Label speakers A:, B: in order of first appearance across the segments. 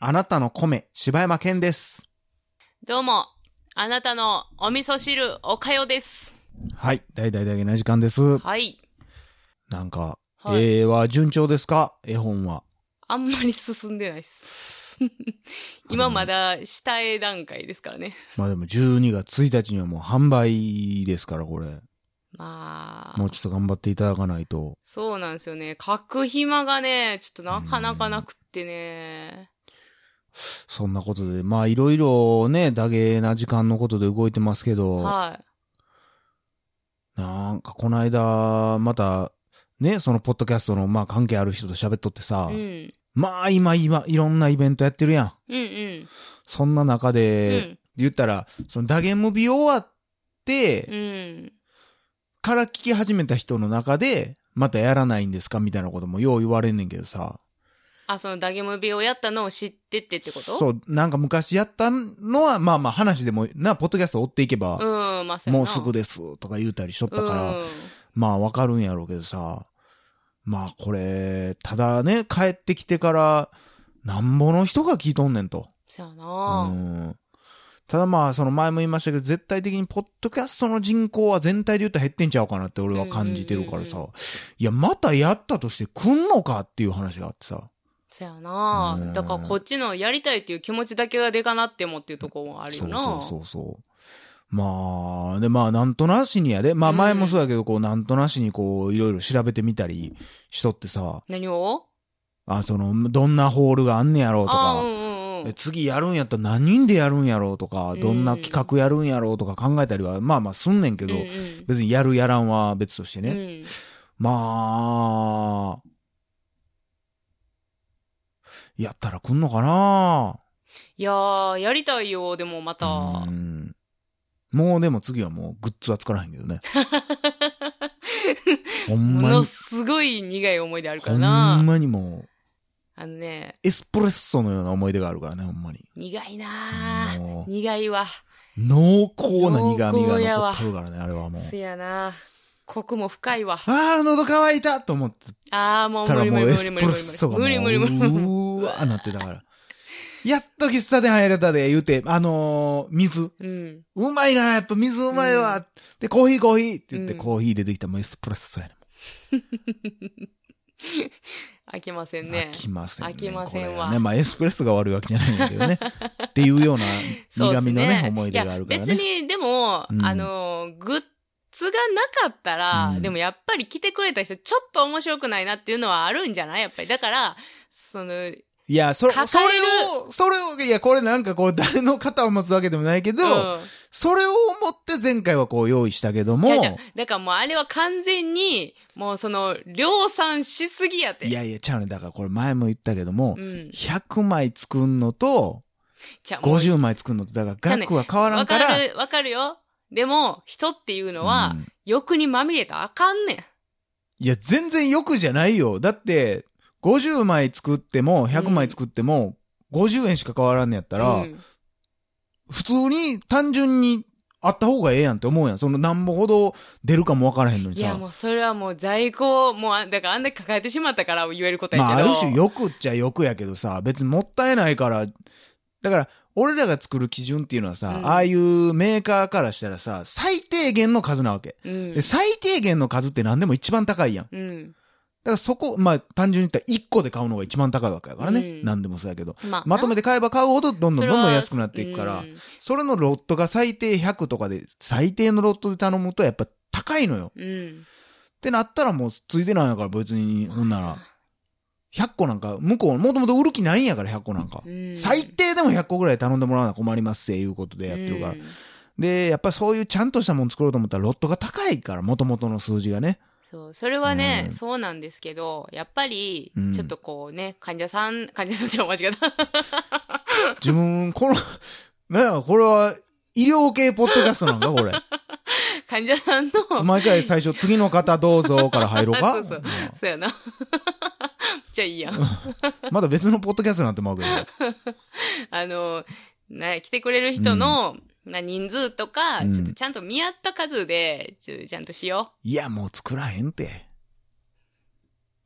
A: あなたの米、柴山健です。
B: どうも、あなたのお味噌汁おかよです。
A: はい。大々大げな時間です。
B: はい。
A: なんか、
B: はい
A: 絵は順調ですか絵本は。
B: あんまり進んでないっ す。今まだ下絵段階ですからね。
A: まあでも12月1日にはもう販売ですから、これ。
B: ま
A: もう
B: あ、
A: ちょっと頑張っていただかないと。
B: そうなんですよね。書く暇がね、ちょっとなかなかなくってね。
A: そんなことで、まあいろいろね、ダゲな時間のことで動いてますけど、
B: は
A: なんかこの間、また、ね、そのポッドキャストのまあ関係ある人と喋っとってさ、
B: い。うん。
A: まあ今今いろんなイベントやってるやん。
B: うんうん。
A: そんな中で、言ったら、そのダゲムビ終わって、
B: うん。うん。
A: から聞き始めた人の中で、またやらないんですかみたいなこともよう言われんねんけどさ。
B: あ、そのダゲムビをやったのを知ってってってこと
A: そう、なんか昔やったのは、まあまあ話でも、な、ポッドキャスト追っていけば、
B: うん、まさ
A: もうすぐですとか言うたりしとったから、
B: うん。
A: まあわかるんやろうけどさ。まあこれ、ただね、帰ってきてから、なんぼの人が聞いとんねんと。
B: そや
A: う
B: な、
A: んただまあ、その前も言いましたけど、絶対的にポッドキャストの人口は全体で言うと減ってんちゃうかなって俺は感じてるから
B: うん
A: さ。いや、またやったとして来んのかっていう話があってさ。
B: そやな、
A: うん
B: だからこっちのやりたいっていう気持ちだけがでかなってもっていうところもあるよ
A: そう
B: な
A: そうそうそう。まあ、で、まあ、なんとなしにやで。まあ、
B: うん
A: 前もそうやけど、こう、なんとなしにこう、いろいろ調べてみたりしとってさ、
B: 何を
A: あ、その、どんなホールがあんねやろうと
B: ああ、うん
A: か、
B: うんう
A: え
B: ん。
A: 次やるんやったら何人でやるんやろうとか、どんな企画やるんやろうとか考えたりは、まあまあすんねんけど、
B: うん
A: 別にやるやらんは別として
B: うん
A: ね。まあ、やったら来んのかない
B: やー、やりたいよ、でもまた。
A: うんもうでも次はもうグッズは作らへんけ どね。ほん
B: も
A: ま
B: の
A: に、
B: すごい苦い思い出あるか
A: ほ。
B: らなん
A: まにも
B: あのね、
A: うエスプレッソのような思い出があるからね、ほんまに。
B: 苦いなー
A: もう
B: 苦いわ。
A: 濃厚な苦味
B: 濃
A: が
B: 厚や
A: 残
B: わ
A: っとるからね、あれはもう。
B: せやなコクも深いわ。
A: ああ、喉乾いたと思って
B: あー、もう
A: た
B: 無
A: ら
B: 理無
A: もう
B: 理
A: エ
B: 無
A: ス
B: 理
A: プ
B: 無
A: レ
B: 理
A: ッ
B: 無理
A: ソがもう、
B: 無理無理無理無理無理
A: うーわーなってたから。やっと喫茶店入れたで、言うて、あのー水。
B: うん。
A: うまいな、やっぱ水うまいわ。で、コーヒーコーヒーって言って、
B: うん
A: コーヒー出てきたもうエスプレッソやね。
B: 飽きませんね
A: 飽。きませんね。
B: 飽きませんわ
A: これはね、まあエスプレッソが悪いわけじゃないんだけどね。っていうような苦味のね、思い出があるから
B: いや
A: ね。
B: 別に、でも、
A: うん
B: あの、グッズがなかったら、
A: うん
B: でもやっぱり来てくれた人、ちょっと面白くないなっていうのはあるんじゃないやっぱり。だから、その、
A: いや、それ、
B: 抱
A: それ
B: える
A: を、それを、いや、これなんかこう、誰の肩を持つわけでもないけど、
B: うん
A: それを思って前回はこう用意したけども、
B: ちゃうちゃうだからもうあれは完全に、もうその、量産しすぎやって。
A: いやいや、ちゃうね。だからこれ前も言ったけども、
B: うん。
A: 100枚作んのと、
B: ちゃうもう
A: 50枚作んのと、だから額は変わら
B: わ
A: んか、
B: からる、わかるよ。でも、人っていうのは、
A: うん
B: 欲にまみれたらあかんねん。
A: いや、全然欲じゃないよ。だって、50枚作っても、100枚作っても、50円しか変わらんのやったら、
B: うん
A: 普通に単純にあった方がええやんって思うやん。そのなんぼほど出るかもわからへんのに
B: い
A: さ。
B: や、もうそれはもう在庫を、もうあ、だからあんだけ抱えてしまったから言えることや
A: ま
B: け
A: あ、あ
B: ど。
A: る種欲っちゃ欲やけどさ、別にもったいないから、だから、俺らが作る基準っていうのはさ、
B: うん
A: ああいうメーカーからしたらさ、最低限の数なわけ。
B: うん
A: で、。最低限の数って何でも一番高いやん。だ
B: うん。
A: からそこ、まあ、単純に言ったら1個で買うのが一番高いわけやからね。
B: うん
A: 何でもそうやけど。
B: まあ、
A: まとめて買えば買うほど、どんどんどんどん安くなっていくから、
B: う
A: そ
B: ん
A: れのロットが最低100とかで、最低のロットで頼むとやっぱ高いのよ。
B: うん。
A: ってなったらもうついてないんやから別に、ほんなら、100個なんか、向こう、もともと売る気ないんやから100個なんか。
B: うん
A: 最低でも100個ぐらい頼んでもらわな困りますっていうことでやってるから。
B: うん
A: で、やっぱそういうちゃんとしたもの作ろうと思ったらロットが高いから、もともとの数字がね。
B: そう、それはね、
A: うん
B: そうなんですけど、やっぱり
A: うん、
B: ちょっとこうね、患者さん、 患者さんじゃ間違えた。
A: 自分、この、 なんや、これは、医療系ポッドキャストなんかこれ。
B: 患者さんの、
A: 毎回最初、次の方どうぞから入ろうか。
B: そうそうそうやな。じゃあいいやん。
A: うんまだ別のポッドキャストになってまうけど。
B: あの、な、来てくれる人の、な、人数とか、
A: うん
B: ちょっとちゃんと見合った数で、ちょちゃんとしよ
A: いや、もう作らへんて。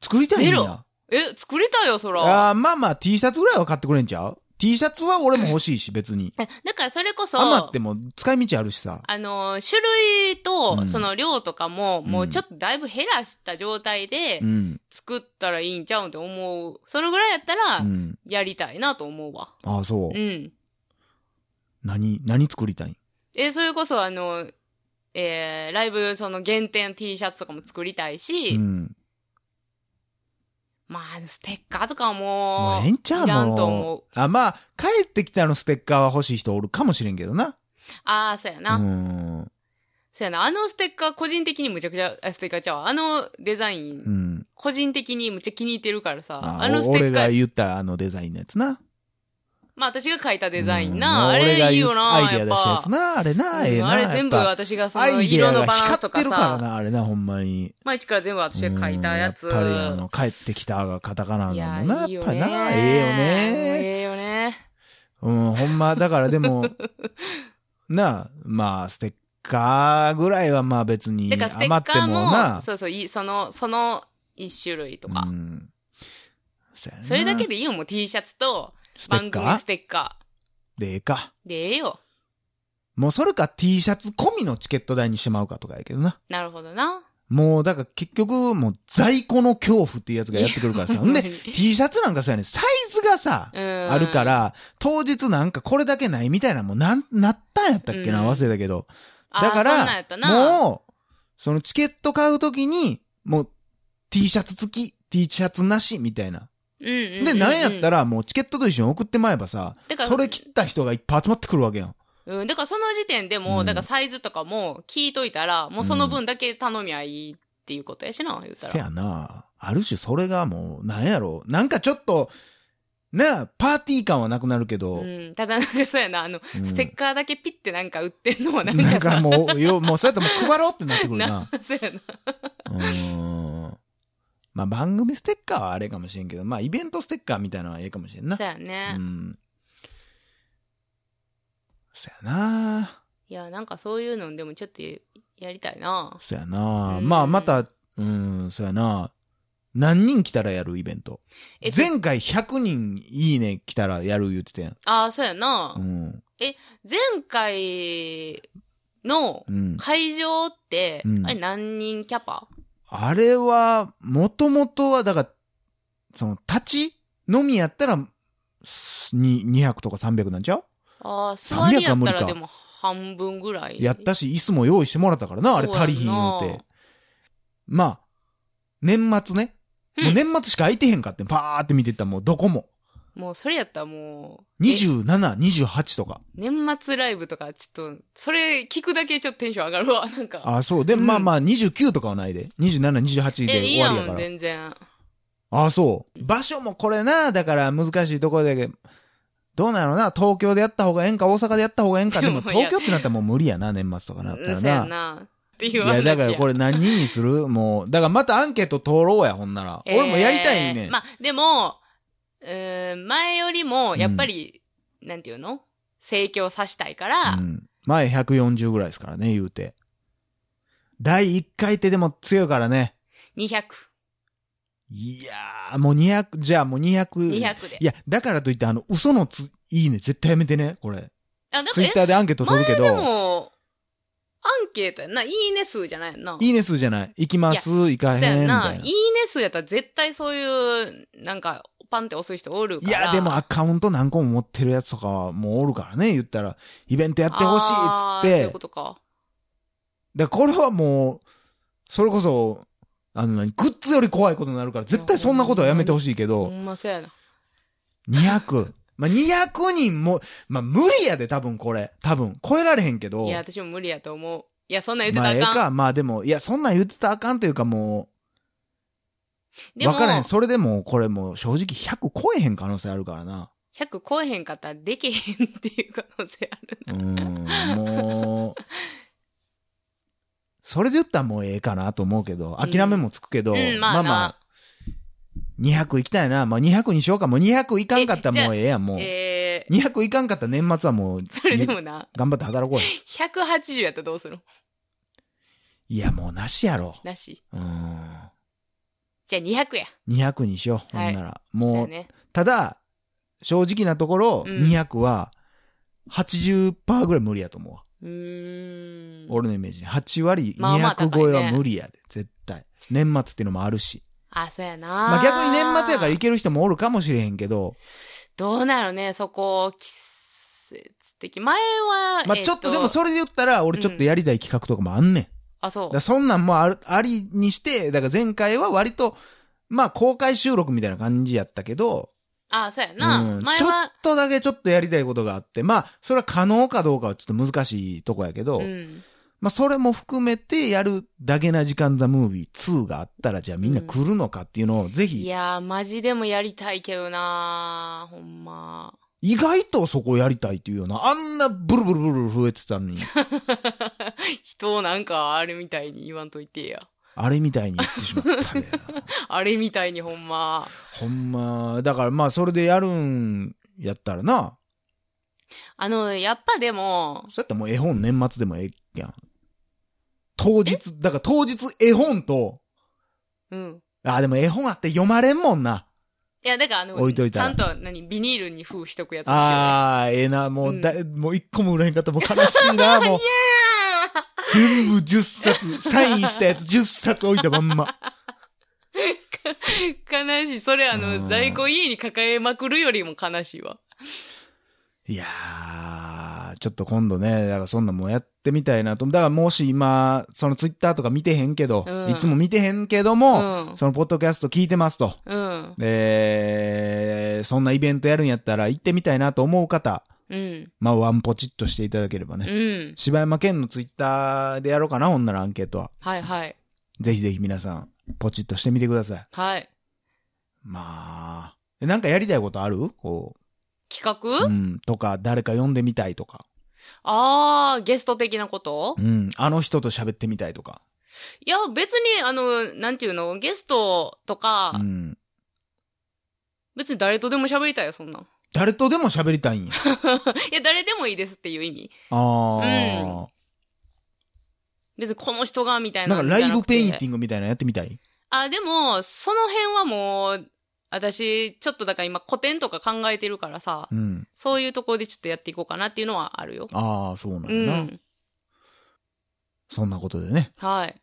A: 作りたいん
B: ゼ
A: や
B: ロ。え、作りたいよ、そら。
A: あーまあまあ T シャツぐらいは買ってくれんちゃう ?T シャツは俺も欲しいし、別に。
B: えだからそれこそ、
A: 余っても使い道あるしさ。
B: あの、種類と、
A: うん
B: その量とかも、もうちょっとだいぶ減らした状態で
A: うん。
B: 作ったらいいんちゃうんって思う。そのぐらいやったら
A: う、ん。
B: やりたいなと思うわ。
A: ああ、そうう。
B: ん。
A: 何、何作りたい
B: え、それこそあの、えー、ライブその限定の T シャツとかも作りたいし、
A: うん。
B: まあ、あのステッカーとかは
A: も
B: も
A: うええんちゃう
B: いらんと
A: も
B: 思
A: う。あ、まあ、帰ってきたのステッカーは欲しい人おるかもしれんけどな。
B: ああ、そうや
A: う
B: な。
A: ん。
B: そうやな。あのステッカー個人的にむちゃくちゃ、あステッカーちゃうわあのデザイ
A: う
B: ン、
A: ん。
B: 個人的にむちゃ気に入ってるからさ、あ
A: あ
B: の
A: の
B: ステ
A: 俺
B: ッカ
A: が
B: ー、
A: 言ったあのデザインのやつな。
B: まあ私が書いたデザイ
A: う
B: ン
A: ん
B: な、あれ
A: 俺が
B: いい
A: 言う
B: よな、
A: アイデア出したやつな、あれ
B: やっぱ
A: な、ええ
B: うん
A: な。
B: あれ全部
A: やっぱ
B: 私がそ
A: ア
B: の
A: イデア
B: 色の
A: が
B: バラン
A: 光
B: スと
A: って
B: か
A: るから
B: さ、
A: な、あれな、ほんまに。
B: まあ一から全部私が書いたやつ。
A: うんやっぱりあの、帰ってきたがカタカナ
B: い
A: な
B: や
A: のな、
B: いい
A: やっ
B: よ
A: ぱ
B: ね
A: りな、ええよ
B: え
A: ね。
B: えよね。
A: うん、ほんま、だからで も、なあ、まあ、ステッカーぐらいはまあ別に
B: だからステッ
A: 余
B: カ
A: って
B: ー
A: も
B: も、
A: な。
B: そうそう、いいその、その一種類とか。
A: うんそやな
B: それだけでいいよ、もう T シャツと
A: ステッ
B: 番
A: カ
B: 組
A: ー
B: ステッカ
A: でええか。
B: ー。でええよ。
A: もうそれか T シャツ込みのチケット代にしてまうかとかやけどな。
B: なるほどな。
A: もう、だから結局、もう在庫の恐怖っていうやつがやってくるからさ。
B: いや
A: ほんで、
B: ほんまに
A: T シャツなんかさ、ね、サイズがさ、
B: うん。
A: あるから、当日なんかこれだけないみたいな、もうなん、なったんやったっけな、
B: うん
A: 忘れたけど。
B: あー。
A: だか
B: そんなんやったな
A: ら、もう、そのチケット買うときに、もう、T シャツ付き、T シャツなし、みたいな。
B: うんうんうんうん
A: で、なんやったら、もうチケットと一緒に送ってまえばさ
B: だか、ら
A: それ切った人がいっぱい集まってくるわけやん。
B: うん、だからその時点でも、
A: うん
B: だからサイズとかも聞いといたら、もうその分だけ頼みゃいいっていうことやしな、言うた
A: せ
B: ら。
A: やな。ある種それがもう、なんやろ。なんかちょっと、なあ、パーティー感はなくなるけど、
B: うん、ただなんかそうやな、あの、
A: うん
B: ステッカーだけピッてなんか売ってんのもなんかさ
A: なんかもう、 よ、もうそうやってもう配ろうってなってくるな
B: な。、 そうやな。
A: うーん。まあ番組ステッカーはあれかもしれんけど、まあイベントステッカーみたいなのはええかもしれんな。
B: そうやね。
A: うん。そやない
B: や、なんかそういうのでもちょっとやりたいな。
A: そやな、
B: うん
A: まあまた、うん、そやな何人来たらやるイベント。
B: えっと
A: 前回100人いいね来たらやる言ってたやん。
B: ああ、そうやな。
A: うん。
B: 前回の
A: うん。
B: 会場って、
A: うん
B: あれ何人キャパ
A: あれは、もともとは、だから、その、立ちのみやったら、すに200とか300なんちゃう
B: ああ、
A: 300
B: 座りや
A: は
B: っ
A: 無理
B: た
A: から
B: でも半分ぐらい。
A: やったし、椅子も用意してもらったからな、あれ
B: そうやな
A: 足りひん言うて。まあ、年末ね。
B: うん
A: もう年末しか空いてへんかって、パーって見てったらもうどこも。
B: もうそれやったらもう。え
A: 27、28とか。
B: 年末ライブとか、ちょっと、それ聞くだけちょっとテンション上がるわ。 なんか。
A: あ、そう。で、
B: うん
A: まあまあ、29とかはないで。27、28で
B: え、い
A: 終
B: いや
A: わりやか
B: ん、
A: ら。
B: 全然。
A: あ、そう。場所もこれな、だから難しいところだけど、どうなのな、東京でやった方がええんか、大阪でやった方がええんか。でも
B: でもいや
A: 東京ってなったらもう無理やな、年末とかな
B: う
A: っ
B: ん、
A: た
B: そ
A: ら
B: うや
A: な。
B: な。って
A: い
B: いう話
A: や、だからこ
B: れ、
A: れ何人にするもう、だからまたアンケート通ろうや、ほんなら。
B: えー
A: 俺もやりたいねん。
B: まあ、でも、うーん、前よりも、やっぱり、なんていうの盛況さしたいから、
A: うん、前140ぐらいですからね、言うて。第1回ってでも強いからね。
B: 200。
A: いやー、もう200、じゃあもう200。
B: 200で
A: い。や、だからといって、あの、嘘のつ、いいね、絶対やめてね、これ。
B: あ、だか
A: ツイ
B: ら、
A: ッ
B: え
A: ターでアンケート取るけ
B: で
A: ど、
B: も、アンケートやんな。いいね数じゃないやんな。
A: いいね数じゃない。行きます、行か
B: そうや
A: へん、
B: ん
A: み
B: な。
A: たい
B: いい
A: な。
B: ね数やったら絶対そういう、なんか、パンって押す人おるか
A: い
B: ら。
A: や、でもアカウント何個も持ってるやつとかはもうおるからね、言ったら、イベントやってほしいっ
B: あーそう
A: つっ
B: いう
A: て
B: こ。とか。
A: だからこれはもう、それこそ、あの何、グッズより怖いことになるから、絶対そんなことはやめてほしいけど。
B: ほんまそうやな。
A: 200。まあ、200人も、まあ、無理やで、多分これ。多分、超えられへんけど。
B: いや、私も無理やと思う。いや、そんなん言って
A: まあ、
B: た
A: ええ
B: らあかん。
A: か。まあ、でも、いや、そんなん言ってたらあかんというか、もう、
B: でも、
A: わからへん。
B: 100
A: それでも、これもう、正直100超えへん可能性あるからな。
B: 超えへんかったらできへんっていう可能性ある
A: うーん、もう、それで言ったらもうええかなと思うけど、諦めもつくけど、
B: うんまあな
A: 200行きたいな。まあ、200にしようか。もう200行かんかったらもうええやん、もう。
B: な。えー、
A: 200行かんかったら年末はもう、
B: それでもな、
A: 頑張って働こうや。
B: 180やったらどうするの
A: いや、もうなしやろ。
B: なし。
A: うーん。
B: じゃあ200や。
A: 200にしよう。
B: はい
A: ほんなら。
B: そう
A: も
B: や
A: う、
B: ね。
A: ただ、正直なところ、
B: うん
A: 200は、80%ぐらい無理やと思うわ。
B: うーん。
A: 俺のイメージね。8割、
B: まあまあ
A: 200
B: 高い
A: 超
B: ね
A: えは無理やで。絶対。年末っていうのもあるし。
B: あ、そうやな。
A: まあ逆に年末やから行ける人もおるかもしれへんけど、
B: どうなるね、そこ、季節的。前は、
A: まあ
B: えっ
A: ち
B: と
A: ょっとでもそれで言ったら、俺ちょっとやりたい企画とかもあんねん。
B: あ、そ
A: だか
B: う
A: ら。そんなんもある、ありにして、だから前回は割と、まあ公開収録みたいな感じやったけど、
B: あ、そうやな。
A: うん
B: 前
A: ちょっ
B: は、
A: とだけちょっとやりたいことがあって、まあそれは可能かどうかはちょっと難しいとこやけど、
B: うん。
A: まあそれも含めてやるだけな時間ザムービー2があったらじゃあみんな来るのかっていうのをぜ
B: い
A: ひ、
B: やー、マジでもやりたいけどなほんま。
A: 意外とそこやりたいっていうような、あんなブルブルブルブル増えてたのに、
B: 人をなんかあれみたいに言わんといてや。
A: あれみたいに言ってしまったね。
B: あれみたいにほんま。
A: ほんま、だからまあそれでやるんやったらな、
B: あの、やっぱでも、
A: そうやったらもう絵本年末でもええやん。当日、だから当日絵本と、
B: うん。
A: あ、でも絵本あって読まれんもんな。
B: いや、だからあの、
A: 置いといた
B: ちゃ
A: ら
B: んと何、ビニールに封しとくやつにしようや。
A: あー、ええな、もうだ、もう一個も売れへんかった。もう悲しいな、もう。全部10冊、サインしたやつ10冊置いたまんま。
B: 悲しい。それあ
A: う
B: の、
A: ん
B: 在庫家に抱えまくるよりも悲しいわ。
A: いやー、ちょっと今度ね、だからそんなんもうやってみたいなと。だからもし今、そのツイッターとか見てへんけど、
B: うん
A: いつも見てへんけど
B: う
A: も、
B: ん。
A: そのポッドキャスト聞いてますと。
B: うん。
A: えー、そんなイベントやるんやったら行ってみたいなと思う方、
B: うん。
A: まあワンポチッとしていただければ
B: う
A: ね。
B: ん。
A: 柴山県のツイッターでやろうかな、ほんならアンケートは。
B: はいはい。
A: ぜひぜひ皆さん、ポチッとしてみてください。
B: はい。
A: まあ、えなんかやりたいことあるこ
B: 企
A: う。
B: 画、
A: うん、とか、誰か呼んでみたいとか。
B: あー、ゲスト的なこと、
A: うん、あの人と喋ってみたいとか。
B: いや、別に、あの、なんていうの、ゲストとか、
A: うん。
B: 別に誰とでも喋りたいよ、そんなん。
A: 誰とでも喋りた いんや。
B: いや、誰でもいいですっていう意味。
A: あ
B: う
A: ー。
B: 別にこの人が、みたい
A: な
B: な。
A: んかライブペインテ
B: グ。
A: ィングみたいなのやってみたい
B: あ、でも、その辺はもう、私、ちょっとだから今古典とか考えてるからさ、
A: うん。
B: そういうところでちょっとやっていこうかなっていうのはあるよ。
A: あー、そうなん
B: う
A: やな。
B: ん。
A: そんなことでね。
B: はい。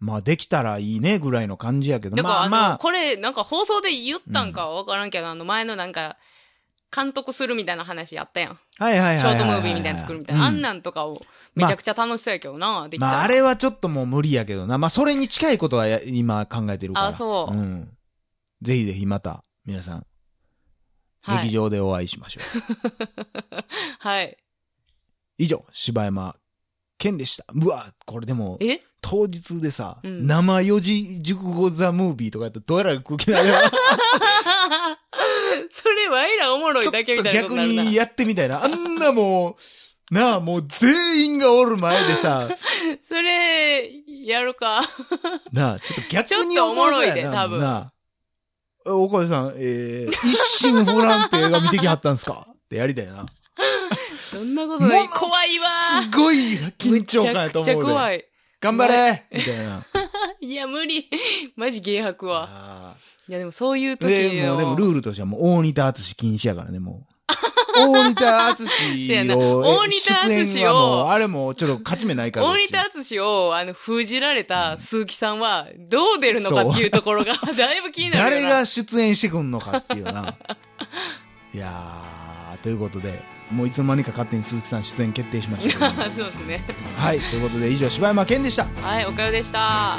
A: まあできたらいいねぐらいの感じやけど、
B: だから、
A: ま
B: あ
A: あ
B: の、
A: まあ、
B: これ、なんか放送で言ったんかわからんけど、あの、前のなんか、監督するみたいな話やったやん。
A: はいはいはい
B: シ
A: は
B: ョ
A: いは
B: ート
A: い
B: ム
A: はい。
B: ービーみたいなの作るみたいな。
A: う
B: あんなんとかを、めちゃくちゃ楽しそうやけどな、できたら。
A: まああれはちょっともう無理やけどな。まあそれに近いことはや今考えてるから。
B: あそう
A: うん。ぜひぜひまた、皆さん、
B: はい
A: 劇場でお会いしましょう。
B: はい。
A: 以上、柴山健でした。うわ、これでも、
B: え
A: 当日でさ、
B: うん
A: 生四字熟語ザムービーとかやったらどうやら空気な がら、ち
B: それ、わいらおもろ
A: ょ
B: い
A: っ
B: だけ
A: と
B: みたいなこと
A: 逆
B: になるな。
A: にやってみたいな。あんなもう、なあ、もう全員がおる前で さ、
B: それ、やるか。
A: なあ、ちょっと逆に
B: ちょっとおもろいで
A: おそうやな
B: 多分
A: なあ。おかさん、えー、一心不乱って映画見てきはったんすかってやりたいな。
B: どんなこ
A: も
B: と
A: の
B: ない怖いわ
A: すごい緊張感やと思
B: めちゃ
A: う
B: くちゃ
A: で。
B: 怖い。
A: 頑張れみたいな。
B: いや、無理。 マジ芸白は。
A: あ
B: いや、でもそういう
A: ー
B: 時
A: で、も
B: の
A: う、でもルールとしてはもう大仁田淳禁止やからね、 もう。大仁田淳
B: せやな
A: を、
B: 大仁田
A: 出
B: 淳
A: 演
B: を
A: はもう、あれもうちょっと勝ち目ないから。
B: 大仁田敦を、あの、封じられた鈴木さんは、どう出るのかっていうところが、 だいぶ気になる
A: 誰
B: よな。
A: が出演してくんのかっていうな。 いやー、ということで、もういつの間にか勝手に鈴木さん出演決定しましたけども
B: そうですね。
A: はい、ということで以上、柴山健でした。
B: はい、おかよでした。